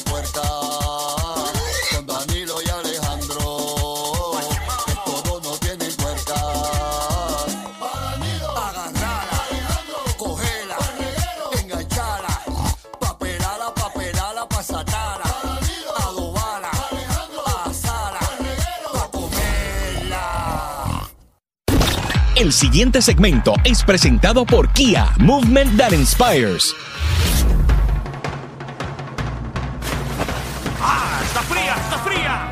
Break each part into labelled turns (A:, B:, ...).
A: puerta. Con Danilo y Alejandro. Que todos no tienen puerta. Pa' Danilo. Agarrala. Cogela. Enganchala. Papelala, papelala, pa' sacarla. Adobala. Asala. Pa' comerla.
B: El siguiente segmento es presentado por Kia, Movement That Inspires.
C: ¡Ah! ¡Está fría! ¡Está fría!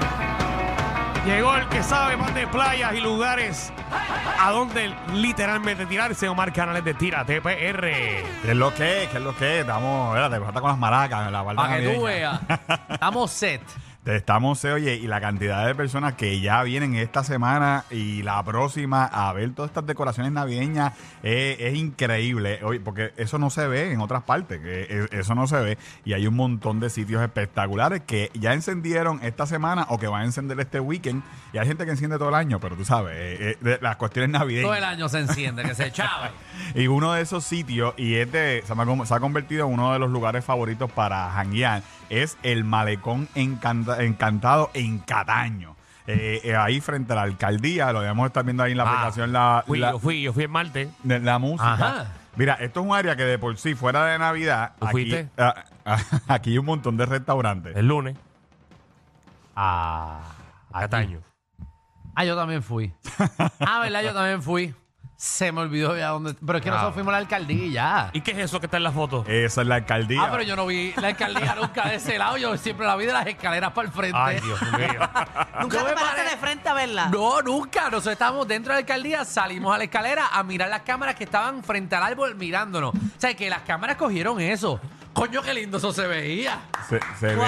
C: Llegó el que sabe más de playas y lugares a donde literalmente tirarse. Omar Canales de Tira TPR.
D: ¿Qué es lo que es? ¿Qué es lo que es? Estamos, espérate, basta con las maracas, la barba
E: Para que tú
D: navideña.
E: veas. Estamos set.
D: Te Estamos, eh, oye, y la cantidad de personas que ya vienen esta semana y la próxima a ver todas estas decoraciones navideñas eh, es increíble, Oye, porque eso no se ve en otras partes, que, eh, eso no se ve y hay un montón de sitios espectaculares que ya encendieron esta semana o que van a encender este weekend y hay gente que enciende todo el año, pero tú sabes, eh, eh, de las cuestiones navideñas.
E: Todo el año se enciende, que se chave.
D: Y uno de esos sitios, y es de, se, me ha con- se ha convertido en uno de los lugares favoritos para janguear, es el Malecón Encanta- Encantado en Cataño. Eh, eh, ahí frente a la alcaldía, lo debemos estar viendo ahí en la
C: Ah,
D: aplicación la,
C: Fui,
D: la-
C: yo fui, yo fui el martes.
D: de la música.
E: Ajá.
D: Mira, esto es un área que de por sí, fuera de Navidad,
C: ¿Tú
D: aquí,
C: fuiste?
D: ah, ah, aquí hay un montón de restaurantes.
C: El lunes. A. A Cataño.
E: Ah, yo también fui. Ah, ¿verdad? Yo también fui. Se me olvidó ya dónde. Pero es que nosotros fuimos a la alcaldía y ya.
C: Ah. ¿Y qué es eso que está en la foto?
D: Esa es la alcaldía.
E: Ah, pero yo no vi la alcaldía nunca de ese lado. Yo siempre la vi de las escaleras para el frente.
C: Ay, Dios mío.
E: Yo
F: Nunca
E: me
F: te paraste
E: paré-
F: Este de frente a verla.
E: No, nunca. Nosotros estábamos dentro de la alcaldía, salimos a la escalera a mirar las cámaras que estaban frente al árbol mirándonos. O sea, que las cámaras cogieron eso. Coño, qué lindo eso se veía.
D: Se, se ve
F: Wow.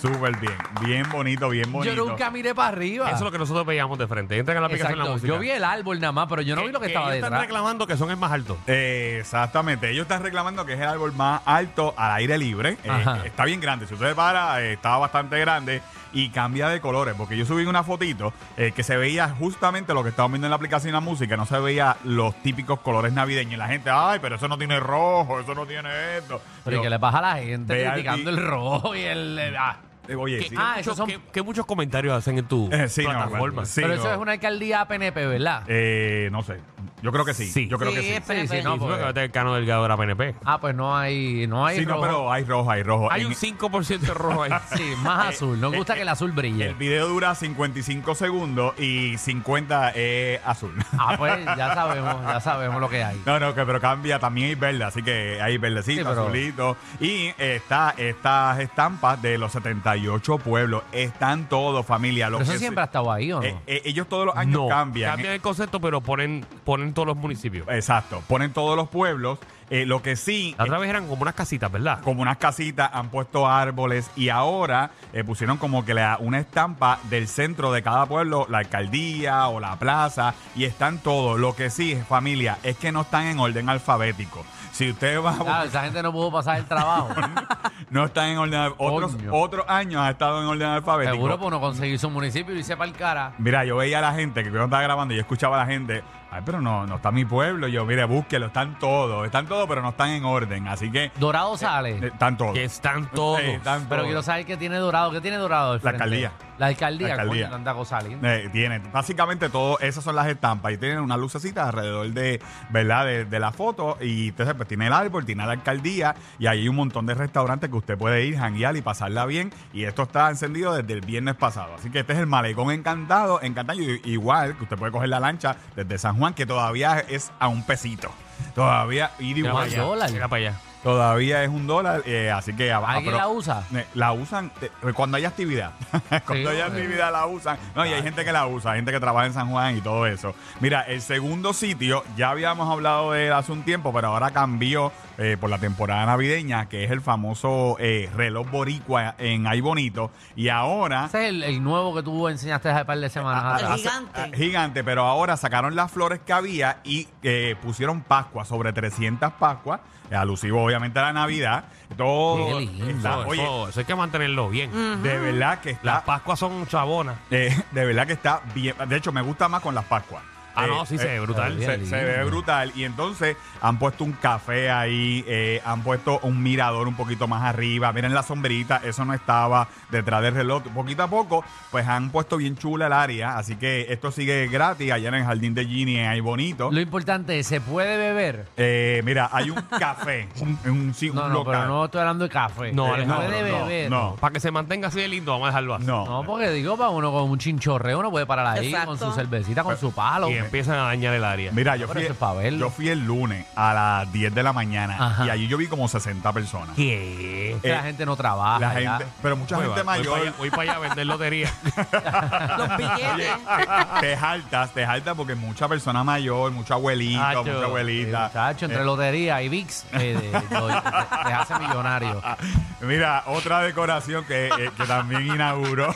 D: súper bien. Bien bonito, bien bonito.
E: Yo nunca miré para arriba.
C: Eso es lo que nosotros veíamos de frente. Entren a la aplicación de la
E: Exacto.
C: música.
E: Yo vi el árbol nada más, pero yo no vi lo que, estaba
C: ellos Están
E: detrás.
C: reclamando que son el más alto.
D: Eh, Exactamente, ellos están reclamando que es el árbol más alto al aire libre. Eh,
E: Ajá.
D: está bien grande, si usted para, eh, está bastante grande y cambia de colores. Porque yo subí una fotito eh, que se veía justamente lo que estaba viendo en la aplicación de la música, no se veía los típicos colores navideños. Y la gente, ay, pero eso no tiene rojo, eso no tiene esto.
E: Pero
D: Yo,
E: ¿y que le pasa a la gente
D: Ve al-
E: criticando el rojo y el. el- ah.
D: eh, Oye,
C: ¿Qué,
D: sí.
C: qué
E: Ah,
C: muchos-
E: esos son-
C: qué- qué muchos comentarios hacen en tu
D: Eh, sí, no,
C: plataforma?
D: bueno, sí,
E: pero eso
D: no.
E: es una alcaldía PNP, ¿verdad?
D: Eh, no sé, yo creo que sí.
C: Sí.
D: Yo creo
F: Sí,
D: que sí.
F: es PNP.
E: Sí, sí, no,
C: Sí,
E: porque-
C: porque ahorita el cano delgado era PNP.
E: Ah, pues no hay. No hay
D: Sí, no,
E: rojo.
D: pero hay rojo, hay rojo.
C: Hay
D: En-
C: un 5% rojo ahí.
E: Sí, más azul. Nos gusta que el azul brille.
D: Eh, el video dura 55 segundos y 50 es azul.
E: Ah, pues ya sabemos, ya sabemos lo que hay.
D: No, no, que pero cambia, también hay verde, así que hay verdecito,
E: Sí, pero-
D: azulito. Y está estas estampas de los 78 pueblos, están todos, familia. Lo
E: Pero eso
D: que
E: siempre ha
D: se-
E: estado ahí, ¿o no?
D: Eh, eh, ellos todos los años cambian. eh.
C: Cambian el concepto, pero ponen, ponen todos los municipios.
D: Exacto, ponen todos los pueblos. Eh, lo que sí,
C: La otra vez eran como unas casitas, ¿verdad?
D: como unas casitas, han puesto árboles y ahora eh, pusieron como que la- una estampa del centro de cada pueblo, la alcaldía o la plaza, y están todos. Lo que sí, familia, es que no están en orden alfabético. Si usted va a
E: Claro, esa gente no pudo pasar el trabajo.
D: Pues No están en orden. Otros,
E: Coño.
D: otros años ha estado en orden alfabético.
E: Seguro por no conseguir su municipio y irse para el cara.
D: Mira, yo veía a la gente que yo estaba grabando y yo escuchaba a la gente, ay, pero no, no está mi pueblo. Yo, mire, búsquelo, están todos, están todos, pero no están en orden. Así que
E: Dorado
D: eh,
E: sale.
D: están todos.
C: Que están todos.
D: Eh, están
E: Pero
D: todos.
E: quiero saber qué tiene dorado. ¿Qué tiene dorado? al
D: La
E: frente?
D: alcaldía.
E: La alcaldía.
D: La alcaldía.
E: Coño, tanta cosa linda.
D: Eh, tienen, básicamente todo, esas son las estampas y tienen una lucecita alrededor de, ¿verdad? De, de la foto y entonces pues tiene el árbol, tiene la alcaldía y ahí hay un montón de restaurantes que usted puede ir, janguear y pasarla bien y esto está encendido desde el viernes pasado. Así que este es el malecón encantado, encantado y- igual que usted puede coger la lancha desde San Juan que todavía es a un pesito. Todavía ir y
C: Mira para
E: un
C: allá,
D: guayar.
E: dólar.
C: mira para allá.
D: Todavía es un dólar, eh, así que... a- a-
E: ¿Alguien
D: pero-
E: la usa?
D: eh, La usan eh, cuando hay actividad. cuando
E: Ah. Sí,
D: hay
E: ok.
D: actividad la usan. No, y hay gente que la usa, gente que trabaja en San Juan y todo eso. Mira, el segundo sitio, ya habíamos hablado de él hace un tiempo, pero ahora cambió eh, por la temporada navideña, que es el famoso eh, reloj boricua en Ay Bonito. Y ahora...
E: Ese es el, el nuevo que tú enseñaste hace par de semanas
D: Ah,
E: atrás.
D: hace-
F: gigante.
D: ah, gigante, pero ahora sacaron las flores que había y eh, pusieron Pascua, sobre 300 Pascuas, eh, alusivo obviamente a la Navidad. Todo
E: Qué lindo.
D: Oh, está-
C: Eso-
D: oye,
C: eso, eso hay que mantenerlo bien.
D: de verdad que
C: Las
D: está
C: Pascuas son chabonas.
D: Eh, de verdad que está bien. De hecho, me gusta más con las Pascuas.
C: Ah,
D: Eh,
C: no, sí, se
D: eh,
C: ve brutal.
D: Se, se ve brutal. Y entonces han puesto un café ahí, eh, han puesto un mirador un poquito más arriba. Miren la sombrita, eso no estaba detrás del reloj. Poquito a poco, pues han puesto bien chula el área. Así que esto sigue gratis allá en el jardín de Genie, ahí bonito.
E: Lo importante es, ¿se puede beber?
D: Eh, mira, hay un café, un, un- sí, un
E: No, no, pero
D: local.
E: no estoy hablando de café.
C: No,
E: ¿Se
C: Alejandro,
E: puede
C: no,
E: beber?
D: no.
C: Para que se mantenga así de lindo, vamos a dejarlo así.
D: No.
E: No, porque digo, para uno con un chinchorreo, uno puede parar ahí
F: Exacto.
E: con su cervecita, con su palo.
C: Y empiezan a dañar el área.
D: Mira, yo
E: Pero
D: fui,
E: eso es pa' verlo.
D: yo fui el lunes a las 10 de la mañana
E: Ajá.
D: y allí yo vi como 60 personas.
C: ¿Qué?
E: Que la
D: eh,
E: gente no trabaja.
D: La
E: ya.
D: gente, pero mucha
C: Voy
D: gente
C: pa- voy
D: mayor.
C: pa' allá- Voy para allá a vender lotería.
F: Los billetes.
D: te jaltas, te jaltas porque mucha persona mayor, mucha abuelita,
C: Hacho,
D: mucha
E: Sí,
D: abuelita.
E: muchacho, entre
D: Eh,
E: lotería y VIX, eh, de- lo- te hace millonario.
D: Mira, otra decoración que, eh, que también inauguró.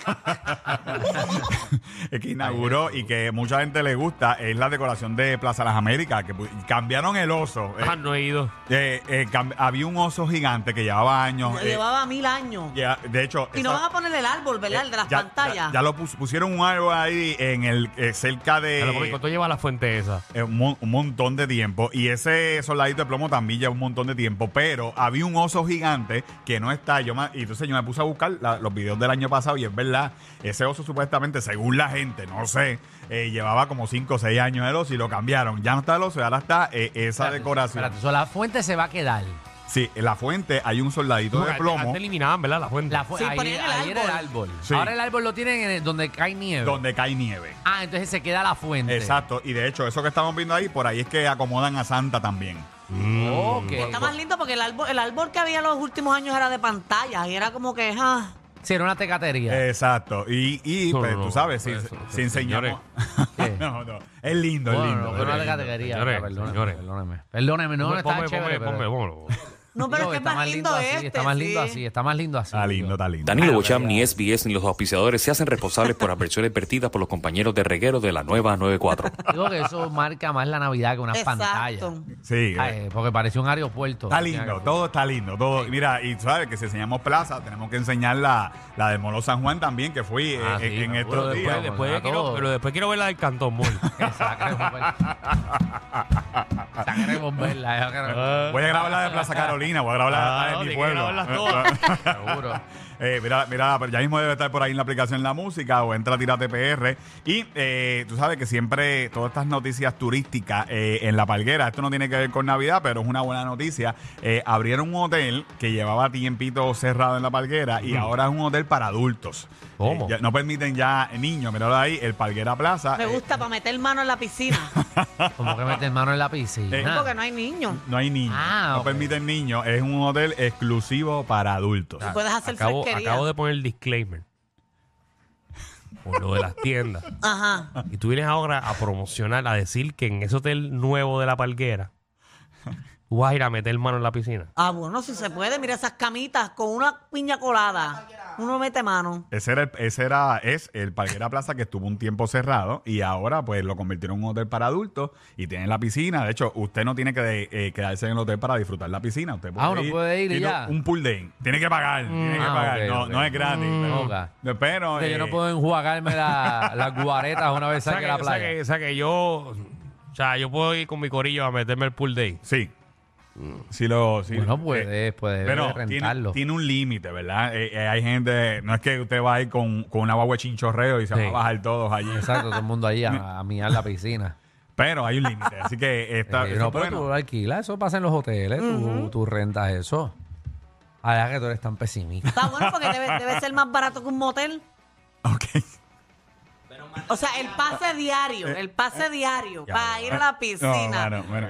D: Es que inauguró y que mucha gente le gusta es la decoración de Plaza Las Américas, que pu- cambiaron el oso. Eh,
C: Ah, no he ido.
D: eh, eh, cam- había un oso gigante que llevaba años. eh,
F: Llevaba mil años.
D: ya- de hecho,
F: Y no
D: esa-
F: van a poner el árbol, ¿verdad? El de las
D: ya-
F: pantallas.
D: Ya, ya lo pus- pusieron un árbol ahí en el eh, cerca de.
C: Pero, ¿cuánto lleva la fuente esa?
D: Eh, Un, mon- un montón de tiempo. Y ese soldadito de plomo también lleva un montón de tiempo. Pero había un oso gigante que no está. Yo me- y entonces yo me puse a buscar la- los videos del año pasado. Y es verdad, ese oso supuestamente, según la gente, no sé, eh, llevaba como 5 o 6 años el oso y lo cambiaron. Ya no está el oso, y ahora está eh, esa
E: Espérate,
D: decoración.
E: espérate, so, la fuente se va a quedar.
D: Sí, en la fuente hay un soldadito de
C: Porque
D: plomo
C: Antes eliminaban, ¿verdad? La fuente.
E: La fu-
F: Sí,
E: ahí,
F: ponían el
E: ahí era el
F: árbol.
E: árbol.
D: Sí.
E: Ahora el árbol lo tienen en el- donde cae nieve.
D: donde cae nieve.
E: Ah, entonces se queda la fuente.
D: Exacto. Y de hecho, eso que estamos viendo ahí, por ahí es que acomodan a Santa también.
E: Ok.
F: Está más lindo porque el árbol, el árbol que había los últimos años era de pantallas y era como que, ah,
E: Sí, era una
D: Eh,
E: tecatería.
D: Exacto. Y, y
C: No,
D: pues,
C: no,
D: tú
C: no,
D: sabes, si,
C: eso,
D: si
C: eso,
D: enseñamos.
E: señores.
D: no, no. Es lindo,
E: Bueno,
D: es
E: no,
D: lindo. eh.
E: pero
D: es
E: una
D: lindo.
E: tecatería.
C: Señores,
E: perdóname,
C: señores.
E: perdóneme. Perdóneme, no, no
C: Ponme,
E: está
C: ponme,
E: chévere.
C: ponme,
E: pero-
C: ponme, ponme.
F: no, pero
E: Digo,
F: es que es más lindo,
E: así,
F: este.
E: está más lindo
F: sí.
E: así, está más lindo así.
D: Está lindo, está lindo.
G: Danilo Bocham, ni SBS ni los auspiciadores se hacen responsables por adversiones vertidas por los compañeros de reguero de la nueva 94.
E: Digo que eso marca más la Navidad que unas pantallas.
F: Exacto.
D: Sí,
C: ah,
D: eh,
E: Ay, porque parece un aeropuerto.
D: está lindo, todo está lindo. todo. Mira, y tú sabes que si enseñamos plaza, tenemos que enseñar la, la de Molo San Juan también, que fui eh,
C: Ah,
D: en,
C: sí,
D: en
C: me acuerdo.
D: estos
C: después,
D: días.
E: días.
C: después
E: Ah,
C: quiero,
E: todo.
C: pero después quiero ver la del Cantón Mall.
E: Sacaremos verla. ya queremos-
D: Voy a grabar la de Plaza Carolina, voy a grabar la,
C: Ah,
D: la
C: no,
D: de mi
C: tienes que
D: pueblo.
C: grabarlas todas.
E: Seguro.
D: Eh, mira, mira, pero ya mismo debe estar por ahí en la aplicación La Música o entra a Tira TPR. Y eh, tú sabes que siempre todas estas noticias turísticas eh, en La Palguera, esto no tiene que ver con Navidad, pero es una buena noticia. Eh, abrieron un hotel que llevaba tiempito cerrado en La Palguera y ahora es un hotel para adultos.
C: ¿Cómo?
D: Eh, ya no permiten ya niños, míralo ahí, el Palguera Plaza.
F: Me
D: eh,
F: gusta para meter mano en la piscina.
E: Como que meter mano en la piscina.
D: Eh,
F: porque no hay niños.
D: no hay niños,
E: Ah,
D: no
E: ok.
D: permiten niños, es un hotel exclusivo para adultos.
F: Y puedes hacer
C: acabo,
F: fresquería.
C: acabo de poner el disclaimer. Por lo de las tiendas.
F: Ajá.
C: Y tú vienes ahora a promocionar, a decir que en ese hotel nuevo de la palguera, tú vas a ir a meter mano en la piscina.
F: Ah, bueno, si se puede, mira esas camitas con una piña colada. Uno mete mano.
D: Ese era, el- ese era, es el Palguera Plaza que estuvo un tiempo cerrado y ahora pues lo convirtieron en un hotel para adultos y tienen la piscina. De hecho, usted no tiene que de- eh, quedarse en el hotel para disfrutar la piscina. Usted puede
E: Ah, uno
D: ir,
E: puede ir y
D: tiene
E: ya.
D: Un pool day. Tiene que pagar. tiene que
E: ah,
D: pagar.
E: ok,
D: no,
E: ok.
D: no es gratis. pero-
E: ok.
D: pero, eh,
E: yo no puedo enjuagarme la- las guaretas una
C: O
E: vez
C: sea
E: saque
C: que,
E: la
C: o sea
E: playa.
C: que- o sea que yo, o sea, yo puedo ir con mi corillo a meterme el pool day.
D: Sí. Sí lo... Sí,
E: Bueno,
D: eh,
E: puedes, puedes
D: pero tiene,
E: rentarlo.
D: tiene un límite, ¿verdad? Eh, eh, hay gente, no es que usted va a ir con, con una guagua de chinchorreo y se van
C: Sí.
D: a bajar todos allí.
E: Exacto, todo el mundo ahí a, a mirar la piscina.
D: Pero hay un límite, así que está,
E: Eh,
D: eso
E: no,
D: es
E: pero
D: bueno.
E: tú lo alquilas, eso pasa en los hoteles, tú- tú, rentas eso. Allá que tú eres tan pesimista.
F: Está bueno porque debe, debe ser más barato que un motel.
D: Ok.
F: O sea, el pase diario, el pase diario para ir a la piscina.
D: No, bueno, bueno.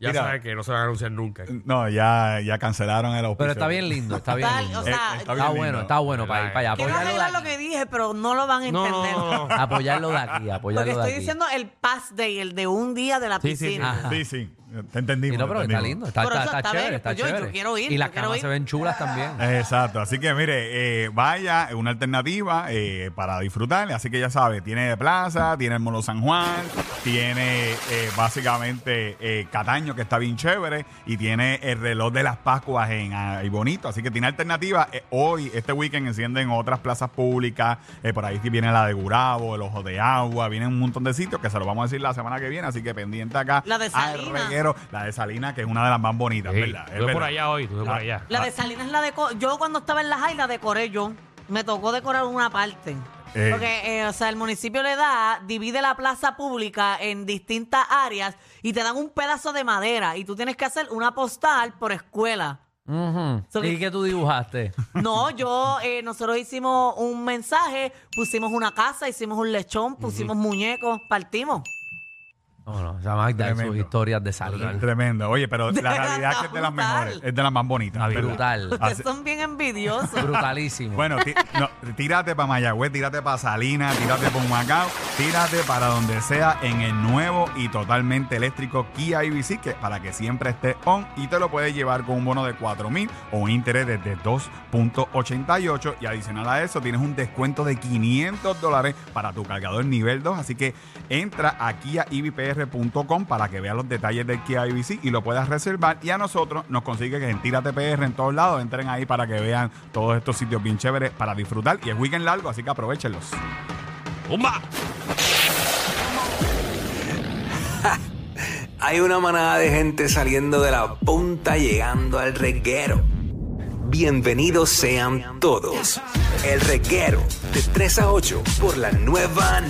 C: Ya
D: Mira,
C: sabes que no se van a anunciar nunca.
D: No, ya, ya cancelaron el auspicio.
E: Pero está bien lindo, está bien
F: Está-
E: lindo.
F: o
D: Eh,
F: sea,
D: está bien
E: Está
D: lindo.
E: bueno, está bueno para ir para
C: eh.
E: allá.
F: Quiero
E: Apoyarlo de
F: arreglar lo
E: aquí.
F: que dije, pero no lo van a
C: No,
F: entender.
C: no, no, no.
E: Apoyarlo de aquí,
F: Porque
E: apoyarlo de
F: estoy
E: aquí.
F: diciendo el pass day, el de un día de la
C: Sí, sí, sí.
F: piscina.
D: Sí, sí. Te entendimos.
E: Y no,
D: te
E: pero está
D: entendimos.
E: lindo, está,
F: Pero
E: está,
F: eso
E: está
F: está
E: chévere,
F: bello,
E: está
F: pues yo- yo
E: chévere.
F: quiero ir,
E: y las
F: yo quiero
E: camas
F: ir.
E: se ven chulas también.
D: Exacto, así que mire, eh, vaya, es una alternativa eh, para disfrutar, así que ya sabe, tiene de plaza, tiene el Molo San Juan, tiene eh, básicamente eh, Cataño, que está bien chévere, y tiene el reloj de las Pascuas en ahí bonito, así que tiene alternativa. Eh, hoy, este weekend, encienden otras plazas públicas, eh, por ahí viene la de Gurabo, el Ojo de Agua, vienen un montón de sitios que se los vamos a decir la semana que viene, así que pendiente acá.
F: La de
D: al
F: Salinas.
D: reguero, la de Salina, que es una de las más bonitas,
C: Sí,
D: ¿verdad? Es
C: tuve por
D: verdad.
C: allá hoy, tuve por allá.
F: La de Salinas la deco Yo cuando estaba en las Hay la decoré yo. Me tocó decorar una parte.
D: Eh.
F: Porque, eh, o sea, el municipio le da, divide la plaza pública en distintas áreas y te dan un pedazo de madera y tú tienes que hacer una postal por escuela.
E: Ujú.
F: So
E: ¿Y
F: que-
E: qué tú dibujaste?
F: No, yo, eh, nosotros hicimos un mensaje, pusimos una casa, hicimos un lechón, pusimos muñecos, partimos.
E: No, no, esa Magda en sus
D: Tremendo.
E: historias de salida.
D: Tremendo. Oye, pero
F: De
D: la realidad es
F: verdad,
D: que es de las
F: brutal.
D: mejores. Es de las más bonitas. ¿verdad?
E: Brutal,
D: Así-
F: Ustedes son bien envidiosos.
E: brutalísimo.
D: Bueno, tí- no, tírate para Mayagüez, tírate para Salinas, tírate para Humacao, tírate para donde sea en el nuevo y totalmente eléctrico Kia IBC, que para que siempre esté on y te lo puedes llevar con un bono de 4 mil o un interés desde 2.88 y adicional a eso tienes un descuento de 500 dólares para tu cargador nivel 2, así que entra a kiaibpr.com para que veas los detalles del Kia IBC y lo puedas reservar. Y a nosotros nos consigue que en Tírate PR en todos lados entren ahí para que vean todos estos sitios bien chéveres para disfrutar. Y es weekend largo, así que aprovechenlos.
C: ¡Bomba!
H: Hay una manada de gente saliendo de la punta llegando al reguero. Bienvenidos sean todos. El reguero de 3 a 8 por la nueva